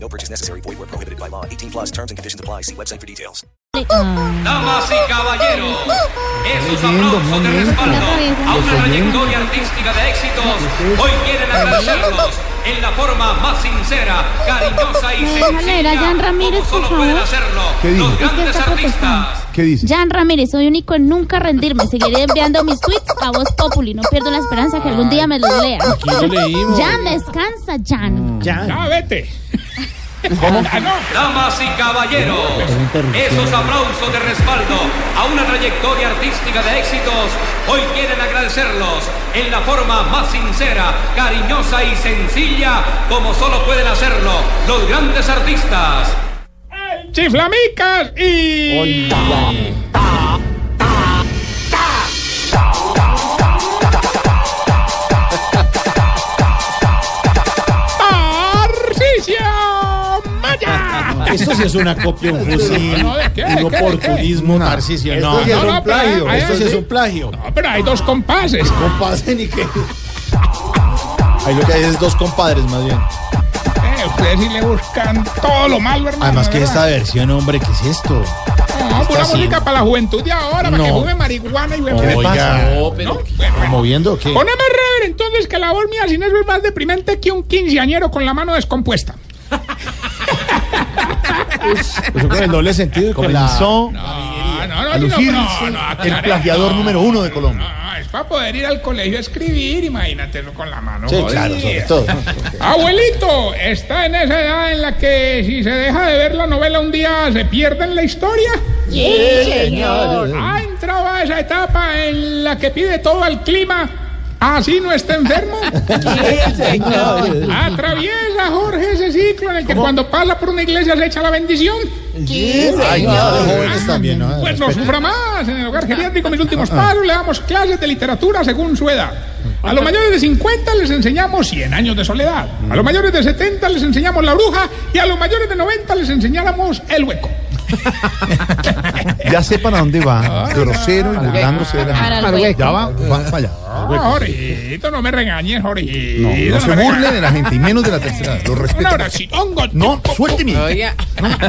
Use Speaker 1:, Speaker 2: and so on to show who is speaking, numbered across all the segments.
Speaker 1: No purchase necessary. Void where prohibited by law. 18 plus terms and conditions apply. See website for details.
Speaker 2: Damas y caballeros, esos
Speaker 3: Muy bien,
Speaker 2: aplausos
Speaker 3: muy
Speaker 2: de
Speaker 3: bien.
Speaker 2: respaldo a
Speaker 3: Los
Speaker 2: una
Speaker 3: oyentes.
Speaker 2: trayectoria artística de éxitos, hoy quieren agradecerlos en la forma más sincera, cariñosa y
Speaker 4: Ojalá era
Speaker 2: sencilla,
Speaker 4: Jan Ramírez,
Speaker 2: como solo
Speaker 4: por
Speaker 2: pueden
Speaker 4: favor.
Speaker 2: hacerlo
Speaker 3: ¿Qué dijo?
Speaker 2: los
Speaker 3: Es que
Speaker 2: grandes
Speaker 4: está protestando.
Speaker 2: artistas.
Speaker 3: ¿Qué dices?
Speaker 4: Jan Ramírez, soy único en nunca rendirme. Seguiré enviando mis tweets a Voz Populi. No pierdo la esperanza que algún día me los lean.
Speaker 3: Aquí lo leímos.
Speaker 4: Jan, descansa, Jan.
Speaker 5: Ah.
Speaker 6: Ya, vete. ¿Cómo? Ah, no.
Speaker 2: Damas y caballeros, esos aplausos de respaldo a una trayectoria artística de éxitos, hoy quieren agradecerlos en la forma más sincera, cariñosa y sencilla, como solo pueden hacerlo los grandes artistas.
Speaker 6: Chiflamicas y. Tarcisio Maya.
Speaker 5: Eso sí es una copia, un fusil,
Speaker 6: No, ¿de qué? ¿De
Speaker 5: un
Speaker 6: qué?
Speaker 5: oportunismo, Tarcisio. No,
Speaker 6: Esto sí es un plagio,
Speaker 5: Esto sí
Speaker 6: esto
Speaker 5: es
Speaker 6: sí.
Speaker 5: un plagio.
Speaker 6: No, pero hay dos compases.
Speaker 5: No pase ni que. Ahí lo que hay es dos compadres, más bien.
Speaker 6: Eh, ustedes sí le buscan todo lo malo, hermano.
Speaker 5: Además, que
Speaker 6: ¿verdad?
Speaker 5: esta versión, hombre, ¿qué es esto?
Speaker 6: No, pura
Speaker 5: así.
Speaker 6: música para la juventud de ahora, para que
Speaker 5: No.
Speaker 6: fume marihuana y
Speaker 5: ¿Qué
Speaker 6: bebe.
Speaker 5: le pasa?
Speaker 6: ¿no? Bueno, bueno.
Speaker 5: ¿Promoviendo o qué?
Speaker 6: Poneme rever entonces que la voz mía sin eso es más deprimente que un quinceañero con la mano descompuesta.
Speaker 5: Pues con el doble sentido. y Con la,
Speaker 7: Comenzó
Speaker 6: No, Ah, no,
Speaker 5: a
Speaker 6: no, no,
Speaker 5: lucirse
Speaker 6: no, no,
Speaker 5: Ah, el
Speaker 6: aclaré,
Speaker 5: plagiador
Speaker 6: no,
Speaker 5: número uno de Colombia.
Speaker 6: no, es para poder ir al colegio a escribir, imagínate eso con la mano.
Speaker 5: Sí,
Speaker 6: jodida.
Speaker 5: claro, sobre todo.
Speaker 6: Abuelito, está en esa edad en la que si se deja de ver la novela un día se pierde en la historia.
Speaker 5: Mm.
Speaker 6: Ha entrado a esa etapa en la que pide todo al clima, así no está enfermo. Atraviesa Jorge ese ciclo en el que cuando pasa por una iglesia se echa la bendición.
Speaker 5: Ay, no, jóvenes también, ¿no?
Speaker 6: Pues no sufra más. En el hogar geriátrico, mis
Speaker 7: Ah.
Speaker 6: últimos pasos, le damos clases de literatura según su edad. A
Speaker 7: Ah.
Speaker 6: los mayores de 50 les enseñamos 100 años de soledad. A
Speaker 7: Mm.
Speaker 6: los mayores de 70 les enseñamos la bruja. Y a los mayores de 90 les enseñáramos el hueco.
Speaker 7: Ya sepan a dónde va. Grosero y burlándose de la
Speaker 4: Para el
Speaker 7: gente.
Speaker 4: hueco.
Speaker 7: Ya va, va para allá. al
Speaker 6: Ah,
Speaker 7: hueco.
Speaker 6: Jorgito, no me regañes, Jorgito.
Speaker 7: No, no se
Speaker 6: me
Speaker 7: burlen
Speaker 6: regañes.
Speaker 7: de la gente y menos de la tercera edad. Lo
Speaker 6: Un
Speaker 7: respeto.
Speaker 6: abracito, hongo,
Speaker 7: No,
Speaker 6: tipo,
Speaker 7: suélteme.
Speaker 6: Oye,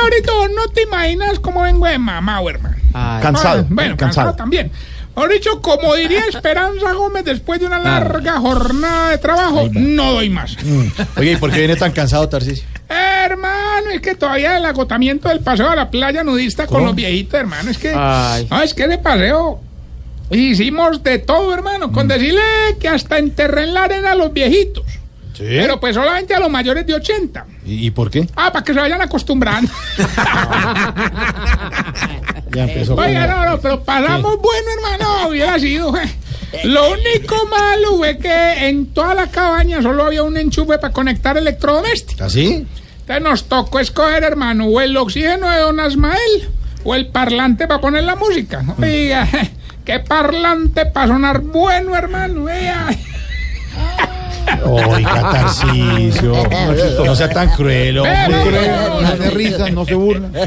Speaker 6: ahorita vos no te imaginas cómo vengo de mamá, hermano.
Speaker 7: Cansado.
Speaker 6: Ah, Bueno, cansado
Speaker 7: Cansado.
Speaker 6: también. Ahora dicho, como diría Esperanza Gómez, después de una larga jornada de trabajo, no doy más.
Speaker 5: Oye, ¿y por qué viene tan cansado, Tarcisio?
Speaker 6: Hermano, es que todavía el agotamiento del paseo a la playa nudista con los viejitos, hermano. Es que,
Speaker 3: Ay.
Speaker 6: no, es que de paseo hicimos de todo, hermano. Con decirle que hasta enterré en la arena a los viejitos.
Speaker 5: Sí.
Speaker 6: Pero pues solamente a los mayores de 80.
Speaker 5: ¿Y, y por qué?
Speaker 6: Ah, para que se vayan acostumbrando.
Speaker 5: Ya empezó. con
Speaker 6: Oiga,
Speaker 5: la-
Speaker 6: no, no, pero pasamos bueno, hermano, hubiera sido. eh. Lo único malo fue que en toda la cabaña solo había un enchufe para conectar electrodomésticos.
Speaker 5: ¿Así?
Speaker 6: Entonces nos tocó escoger, hermano, o el oxígeno de don Asmael o el parlante para poner la música.
Speaker 5: Mm.
Speaker 6: Oiga, eh, qué parlante para sonar bueno, hermano. eh, Oiga.
Speaker 5: Oiga, Tarcisio. No sea tan cruel,
Speaker 6: Pero,
Speaker 5: hombre.
Speaker 6: pero,
Speaker 7: No se rizan, no se burlan.
Speaker 6: Don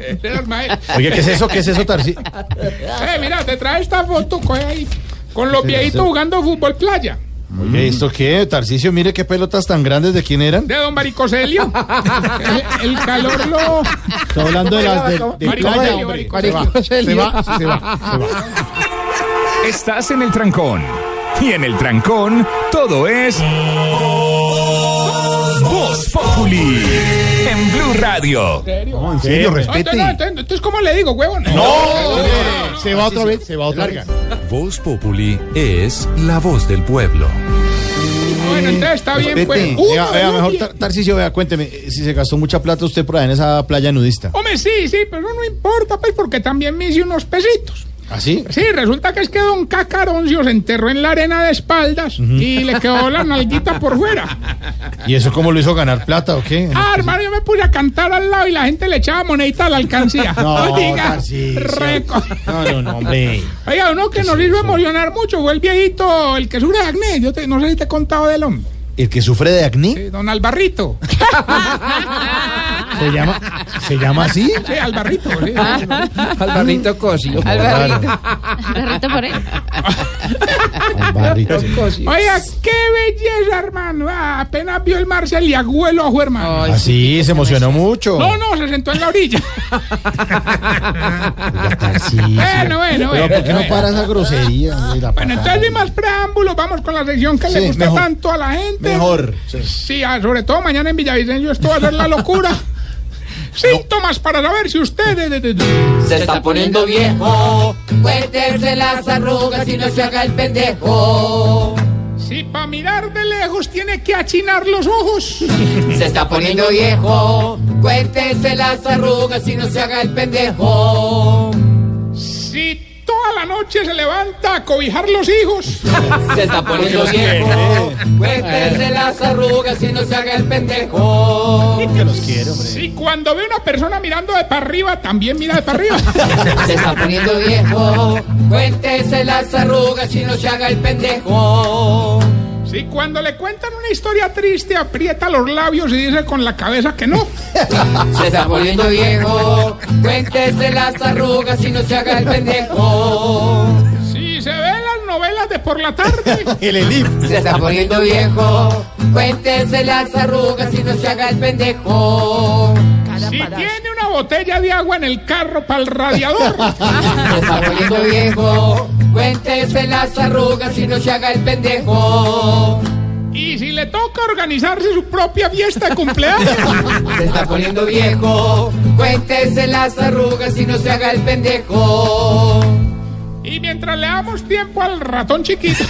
Speaker 6: eh, Asmael.
Speaker 5: Oye, ¿qué es eso? ¿Qué es eso, Tarcisio?
Speaker 6: Eh, mira, te trae esta foto coge ahí, con los viejitos jugando fútbol playa.
Speaker 5: Oye, ¿esto qué? Tarcisio, mire qué pelotas tan grandes de quién eran.
Speaker 6: De don Maricoselio. el, el calor lo.
Speaker 5: Está hablando de las de, de
Speaker 6: Maricoselio,
Speaker 5: playa, hombre. Se va, se va, se va, se va.
Speaker 8: Estás en el trancón. Y en el trancón, todo es. Voz Populi. En Blue Radio.
Speaker 7: No, en serio,
Speaker 6: No, entonces, no,
Speaker 7: respete.
Speaker 6: entonces, entonces, ¿cómo le digo, huevón?
Speaker 5: No, se va otra vez, se va otra vez.
Speaker 9: Voz Populi es la voz del pueblo.
Speaker 6: Bueno, entonces está bien, pues.
Speaker 5: Respete.
Speaker 6: Uno
Speaker 5: Vea,
Speaker 6: de
Speaker 5: vea,
Speaker 6: los
Speaker 5: mejor
Speaker 6: diez.
Speaker 5: Tar- Tarcisio, vea, cuénteme, eh, si se gastó mucha plata usted por allá en esa playa nudista.
Speaker 6: Hombre, sí, sí, pero no importa, pues, porque también me hice unos pesitos.
Speaker 5: ¿Así?
Speaker 6: Sí, resulta que es que don Cacaroncio se enterró en la arena de espaldas y le quedó la nalguita por fuera.
Speaker 5: ¿Y eso cómo lo hizo ganar plata o qué?
Speaker 6: Ah, hermano, yo me puse a cantar al lado y la gente le echaba monedita a la alcancía.
Speaker 5: No,
Speaker 6: Oiga,
Speaker 5: Tarcisio.
Speaker 6: reco-
Speaker 5: No, no, no, hombre.
Speaker 6: Oiga, uno que nos hizo emocionar mucho fue el viejito, el que sufre de acné. Yo te- no sé si te he contado del hombre.
Speaker 5: ¿El que sufre de acné?
Speaker 6: Sí, don Albarrito.
Speaker 5: ¿Se llama, ¿se llama así?
Speaker 6: Sí, Albarrito. sí.
Speaker 3: Alvarito Cosio.
Speaker 4: Agarrito por él.
Speaker 5: Barrito.
Speaker 3: Cosio.
Speaker 6: Oiga, qué belleza, hermano. Ah, apenas vio el mar, se le agüó el ojo, hermano.
Speaker 3: Ay,
Speaker 5: Así, Ah, se emocionó mucho.
Speaker 6: No, no, se sentó en la orilla.
Speaker 5: Oiga, Tarcisio.
Speaker 6: Bueno, bueno,
Speaker 5: Pero
Speaker 6: bueno,
Speaker 5: ¿por qué no
Speaker 6: bueno.
Speaker 5: para esa grosería? hombre, la
Speaker 6: Bueno,
Speaker 5: patada?
Speaker 6: entonces sin más preámbulos, vamos con la sección que le
Speaker 5: Sí,
Speaker 6: gusta
Speaker 5: mejor.
Speaker 6: tanto a la gente.
Speaker 5: Mejor. sí.
Speaker 6: Sí, ah, sobre todo mañana en Villavicencio esto va a ser la locura. Síntomas para saber si ustedes...
Speaker 3: Se está poniendo viejo. Cuéntese las arrugas y no se haga el pendejo.
Speaker 6: Si para mirar de lejos tiene que achinar los ojos.
Speaker 3: Se está poniendo viejo. Cuéntese las arrugas y no se haga el pendejo.
Speaker 6: Si toda la noche se levanta a cobijar los hijos.
Speaker 3: Se está poniendo viejo. Cuéntese las arrugas y no se haga el pendejo.
Speaker 5: Que los quiero, hombre.
Speaker 6: Si cuando ve una persona mirando de para arriba, también mira de para arriba.
Speaker 3: Se está poniendo viejo. Cuéntese las arrugas y no se haga el pendejo.
Speaker 6: Si cuando le cuentan una historia triste, aprieta los labios y dice con la cabeza que no.
Speaker 3: Se está poniendo viejo. Cuéntese las arrugas y no se haga el pendejo.
Speaker 6: Si se ve las novelas de por la tarde.
Speaker 5: El elif.
Speaker 3: Se está poniendo viejo. Cuéntese las arrugas y no se haga el pendejo.
Speaker 6: Si tiene una botella de agua en el carro para el radiador.
Speaker 3: Se está poniendo viejo. Cuéntese las arrugas y no se haga el pendejo.
Speaker 6: Y si le toca organizarse su propia fiesta de cumpleaños.
Speaker 3: Se está poniendo viejo. Cuéntese las arrugas y no se haga el pendejo.
Speaker 6: Y mientras le damos tiempo al ratón chiquito.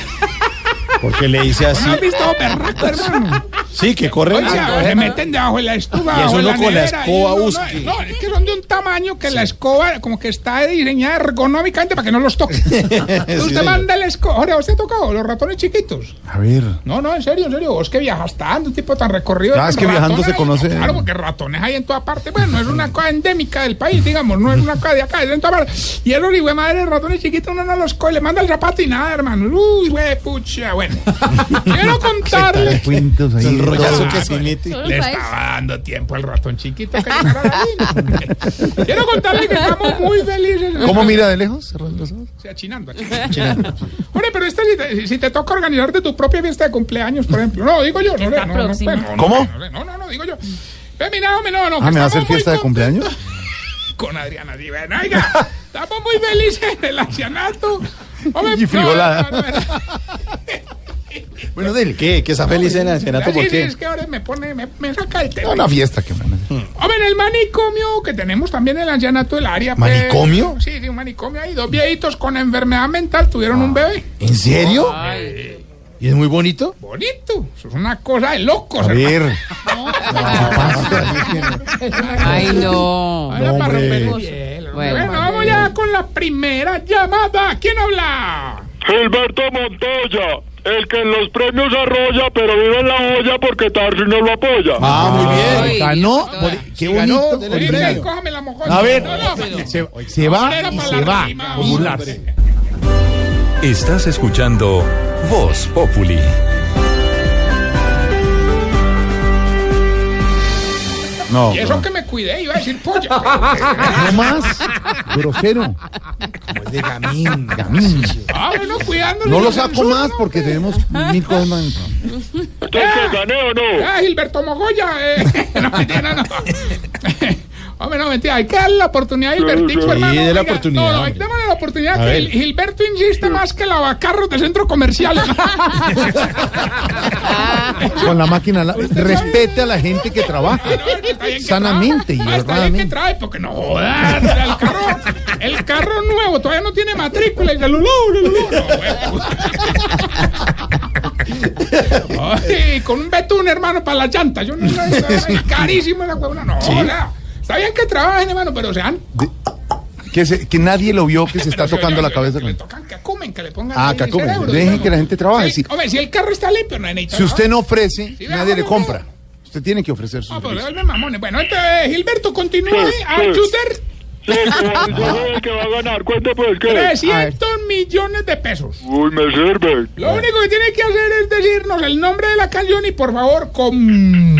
Speaker 5: Porque le hice así.
Speaker 6: ¿No has visto berraco, hermano?
Speaker 5: Sí, que corre.
Speaker 6: Oiga, se meten debajo de la estufa.
Speaker 5: Y eso
Speaker 6: bajo de
Speaker 5: no
Speaker 6: la
Speaker 5: con la
Speaker 6: nevera, y
Speaker 5: escoba
Speaker 6: uno no-
Speaker 5: busque.
Speaker 6: No, es que son de un tamaño que la escoba como que está diseñada ergonómicamente para que no los toque. Usted
Speaker 5: señor.
Speaker 6: manda la escoba. Ahora, ¿usted ha tocado los ratones chiquitos?
Speaker 7: A ver.
Speaker 6: No, no, en serio, en serio. Vos que viajas tanto, un tipo tan recorrido.
Speaker 7: Ah,
Speaker 6: tan
Speaker 7: es que viajando
Speaker 6: ratón
Speaker 7: se
Speaker 6: hay.
Speaker 7: conoce.
Speaker 6: Claro, porque ratones hay en toda parte. Bueno, es una cosa endémica del país, digamos. No es una cosa de acá, es en toda parte. Y el hijo de madre, ratones chiquitos, uno no los coge, le manda el zapato y nada, hermano. Uy, güey, pucha. Bueno, quiero contarles.
Speaker 7: Cuentos ahí.
Speaker 5: El rollazo que
Speaker 6: Ah,
Speaker 5: se
Speaker 6: bueno.
Speaker 5: mete.
Speaker 4: Solo
Speaker 6: Le
Speaker 4: para
Speaker 6: estaba dando tiempo al ratón chiquito que llegara ahí. Quiero contarles que estamos muy felices.
Speaker 7: ¿Cómo mira de lejos? Cerrando los ojos.
Speaker 6: O sea, chinando, achinando. Hombre, pero esta, si, te, si te toca organizarte tu propia fiesta de cumpleaños, por ejemplo. No, digo yo. No, no, no,
Speaker 4: próxima.
Speaker 6: pues, no, no,
Speaker 7: ¿Cómo?
Speaker 6: No, no, no, no, digo yo. Ve, mira, hombre, no, no. que
Speaker 7: Ah, ¿me va a hacer
Speaker 6: estamos muy
Speaker 7: fiesta de cumpleaños?
Speaker 6: contentos Con Adriana Díaz. Oiga, estamos muy felices en el ancianato. Hombre,
Speaker 7: Y frijolada.
Speaker 6: no, no, no, no.
Speaker 5: Bueno, del qué, que está feliz en el ancianato,
Speaker 6: Sí,
Speaker 5: ¿por
Speaker 6: sí,
Speaker 5: qué?
Speaker 6: Es que ahora me pone, me, me saca el tema.
Speaker 7: No, Una fiesta que van a hacer.
Speaker 6: Hombre, en el manicomio que tenemos también en el ancianato del área. pues,
Speaker 5: ¿Manicomio?
Speaker 6: sí, sí, un manicomio ahí. Dos viejitos con enfermedad mental tuvieron
Speaker 7: Ah.
Speaker 6: un bebé.
Speaker 5: ¿En serio? ¿Y es muy bonito?
Speaker 6: Bonito. Eso es una cosa de locos,
Speaker 7: A
Speaker 6: hermano.
Speaker 7: ver.
Speaker 3: Ay, no.
Speaker 6: Era para
Speaker 7: hombre.
Speaker 6: romper el hielo.
Speaker 3: Bueno.
Speaker 6: Bueno, vamos ya con la primera llamada. ¿Quién habla?
Speaker 10: Gilberto Montoya, el que en los premios arrolla, pero vive en la olla porque Tarsi no lo apoya.
Speaker 5: Ah, muy bien.
Speaker 3: Ay,
Speaker 7: Ganó.
Speaker 3: toda.
Speaker 7: por- Qué
Speaker 5: Ganó
Speaker 7: bonito.
Speaker 5: del
Speaker 7: por-
Speaker 6: Oye,
Speaker 5: premio.
Speaker 6: cójame la mojosa.
Speaker 7: A ver.
Speaker 6: No, no.
Speaker 7: Se, se va
Speaker 6: Era
Speaker 7: y
Speaker 6: para
Speaker 7: se
Speaker 6: la
Speaker 7: va.
Speaker 6: rima,
Speaker 7: a burlarse.
Speaker 9: Estás escuchando Voz Populi.
Speaker 7: No.
Speaker 6: Y eso que me cuidé, iba a decir polla. pero- ah,
Speaker 7: No más. Grosero.
Speaker 5: De gamín,
Speaker 7: Gamín.
Speaker 6: Ah, bueno, cuidándose.
Speaker 7: No lo
Speaker 6: del
Speaker 7: saco
Speaker 6: sur,
Speaker 7: más
Speaker 6: ¿no?
Speaker 7: porque tenemos mil cosas más. en-
Speaker 10: Entonces, ¿que gané o no?
Speaker 6: Ah, Gilberto Mogoya. eh. No, mentira, no. Hombre, no, mentira. Hay que darle la oportunidad a Gilbertix,
Speaker 10: Sí,
Speaker 6: hermano.
Speaker 5: dé la
Speaker 6: Oiga,
Speaker 5: oportunidad,
Speaker 6: No, no,
Speaker 5: hombre.
Speaker 6: démosle la oportunidad
Speaker 5: A
Speaker 6: que
Speaker 5: ver.
Speaker 6: Gil- Gilberto insiste más que la vacarro de centro comercial.
Speaker 7: Con la máquina. la- Respete a la gente que trabaja. Sanamente y
Speaker 6: Ah, está bien que
Speaker 7: honradamente.
Speaker 6: trae, porque no jodas. o sea, El carro, el carro nuevo todavía no tiene matrícula. Y dice, lulú, lulú. No, güey. Ay, con un betún, hermano, para la llanta. Yo no ay, carísimo la huevona. No, joda. Está bien que trabajen, hermano, pero sean.
Speaker 5: Que, se- que nadie lo vio que se está tocando la cabeza. con-
Speaker 6: Que comen, que le pongan
Speaker 5: Ah,
Speaker 6: ahí el
Speaker 5: Caco,
Speaker 6: cerebro,
Speaker 5: dejen
Speaker 6: hermano.
Speaker 5: que la gente trabaje.
Speaker 6: Sí,
Speaker 5: Si,
Speaker 6: Hombre, si el carro está limpio, no hay necesito,
Speaker 5: si usted no ofrece,
Speaker 6: Sí,
Speaker 5: nadie le
Speaker 6: déjalo,
Speaker 5: compra. Usted tiene que ofrecer sus
Speaker 6: Ah, pero
Speaker 5: servicios.
Speaker 6: déjame mamones. Bueno, este Gilberto continúa
Speaker 10: Sí,
Speaker 6: ahí. Al
Speaker 10: sí.
Speaker 6: shooter,
Speaker 10: Sí, yo- yo soy el que va a ganar. Cuente pues, ¿qué?
Speaker 6: 300 millones de pesos.
Speaker 10: Uy, me sirve.
Speaker 6: Lo único que tiene que hacer es decirnos el nombre de la canción y por favor, con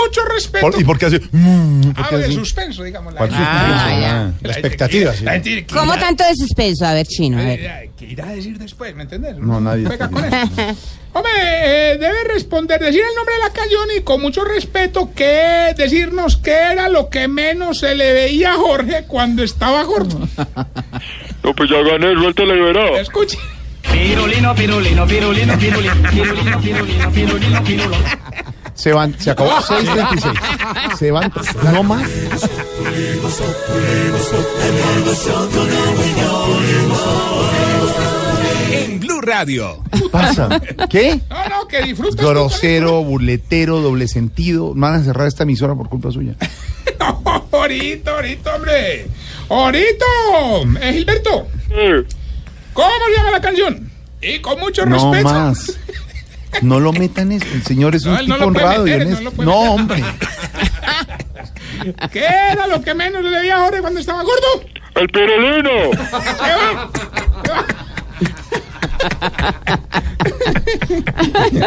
Speaker 6: mucho respeto.
Speaker 5: Por- ¿Y por qué hace? mm, por
Speaker 6: Ah,
Speaker 5: qué
Speaker 6: de
Speaker 5: hace-
Speaker 6: suspenso, digamos. La
Speaker 5: ¿Cuál
Speaker 6: gente.
Speaker 5: suspenso? Ah,
Speaker 6: La
Speaker 5: La
Speaker 6: gente
Speaker 5: expectativa, sí.
Speaker 6: La gente tiene que
Speaker 3: ¿Cómo
Speaker 6: ir a-
Speaker 3: tanto de suspenso? A ver, chino, a ver.
Speaker 6: eh, ¿Qué irá a decir después? ¿Me entendés?
Speaker 5: No, nadie
Speaker 6: Pega
Speaker 5: está
Speaker 6: con eso. Hombre, eh, debe responder, decir el nombre de la canción y con mucho respeto que decirnos qué era lo que menos se le veía a Jorge cuando estaba gordo.
Speaker 10: No, pues ya gané, suelta la verá.
Speaker 6: Escuche.
Speaker 2: Pirulino, pirulino, pirulino, pirulino, pirulino, pirulino, pirulino, pirulino.
Speaker 5: Se van, se acabó 626. Se van, no más.
Speaker 1: En Blue Radio.
Speaker 5: Pasa. ¿Qué?
Speaker 6: No, no, que disfruten.
Speaker 5: Grosero, burletero, doble sentido. Van a cerrar esta emisora por culpa suya.
Speaker 6: Ahorita, ahorita, hombre. Ahorita. Eh, Gilberto. ¿Cómo se llama la canción? Y con mucho
Speaker 5: No
Speaker 6: respeto.
Speaker 5: más. No lo metan eso. El señor es
Speaker 6: No,
Speaker 5: un
Speaker 6: él no
Speaker 5: tipo
Speaker 6: lo puede
Speaker 5: honrado y
Speaker 6: meter,
Speaker 5: honesto.
Speaker 6: no lo
Speaker 5: No,
Speaker 6: puede meter.
Speaker 5: hombre.
Speaker 6: ¿Qué era lo que menos le veía a Jorge cuando estaba gordo?
Speaker 10: El pirulino.
Speaker 6: Se va.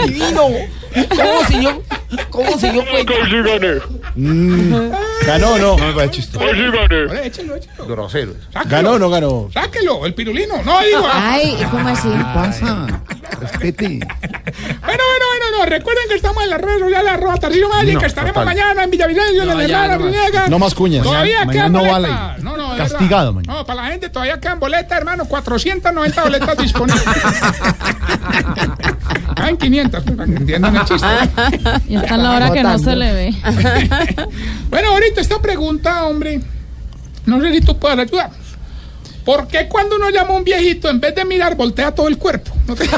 Speaker 11: Divino. ¿Cómo si yo? ¿Cómo si yo
Speaker 3: Pues
Speaker 11: cuento?
Speaker 10: Hoy sí gané.
Speaker 5: Ganó, no. No me parece chistoso.
Speaker 10: Hoy sí gané.
Speaker 6: Hombre, échelo, échelo.
Speaker 5: Grosero.
Speaker 6: Sáquelo.
Speaker 5: Ganó, no ganó.
Speaker 6: Sáquelo, el pirulino. No, digo.
Speaker 3: Ay, ¿cómo así?
Speaker 5: ¿Qué pasa? Respete.
Speaker 6: Bueno, bueno, bueno, no. Recuerden que estamos en las redes sociales, arroba Tarcillo Magic,
Speaker 5: No,
Speaker 6: que estaremos
Speaker 5: total.
Speaker 6: mañana en Villavicencio, en
Speaker 12: No,
Speaker 6: la
Speaker 12: ya,
Speaker 6: hermana
Speaker 12: no más.
Speaker 6: Brinegas.
Speaker 5: No más cuñas.
Speaker 6: Todavía
Speaker 5: Mañana-
Speaker 6: quedan
Speaker 5: mañana no va
Speaker 6: boletas.
Speaker 5: a la-
Speaker 6: no, no, de
Speaker 5: Castigado
Speaker 6: verdad.
Speaker 5: mañana.
Speaker 6: No, para la gente todavía quedan boletas, hermano. 490 boletas disponibles. Caen 500, pues, para que entiendan el chiste.
Speaker 4: Y está la hora que no
Speaker 5: Votando.
Speaker 4: se le ve.
Speaker 6: Bueno, ahorita esta pregunta, hombre, no sé si tú puedes ayudar. ¿Por qué cuando uno llama a un viejito, en vez de mirar, voltea todo el cuerpo? No te-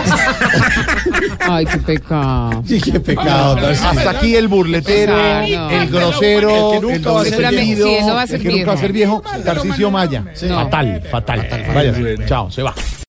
Speaker 3: Ay, qué pecado.
Speaker 5: Sí, qué pecado.
Speaker 6: Hombre,
Speaker 5: Hasta
Speaker 6: hombre,
Speaker 5: aquí el burletero,
Speaker 3: Ah, no.
Speaker 5: el grosero,
Speaker 12: El que nunca
Speaker 5: el
Speaker 12: va a
Speaker 5: doble
Speaker 12: ser viejo.
Speaker 5: sentido,
Speaker 3: Sí, él no va a
Speaker 5: el
Speaker 3: ser
Speaker 5: que nunca va a ser viejo,
Speaker 6: viejo.
Speaker 5: Tarcisio Maya.
Speaker 12: Fatal, fatal.
Speaker 5: Vaya, chao, se va.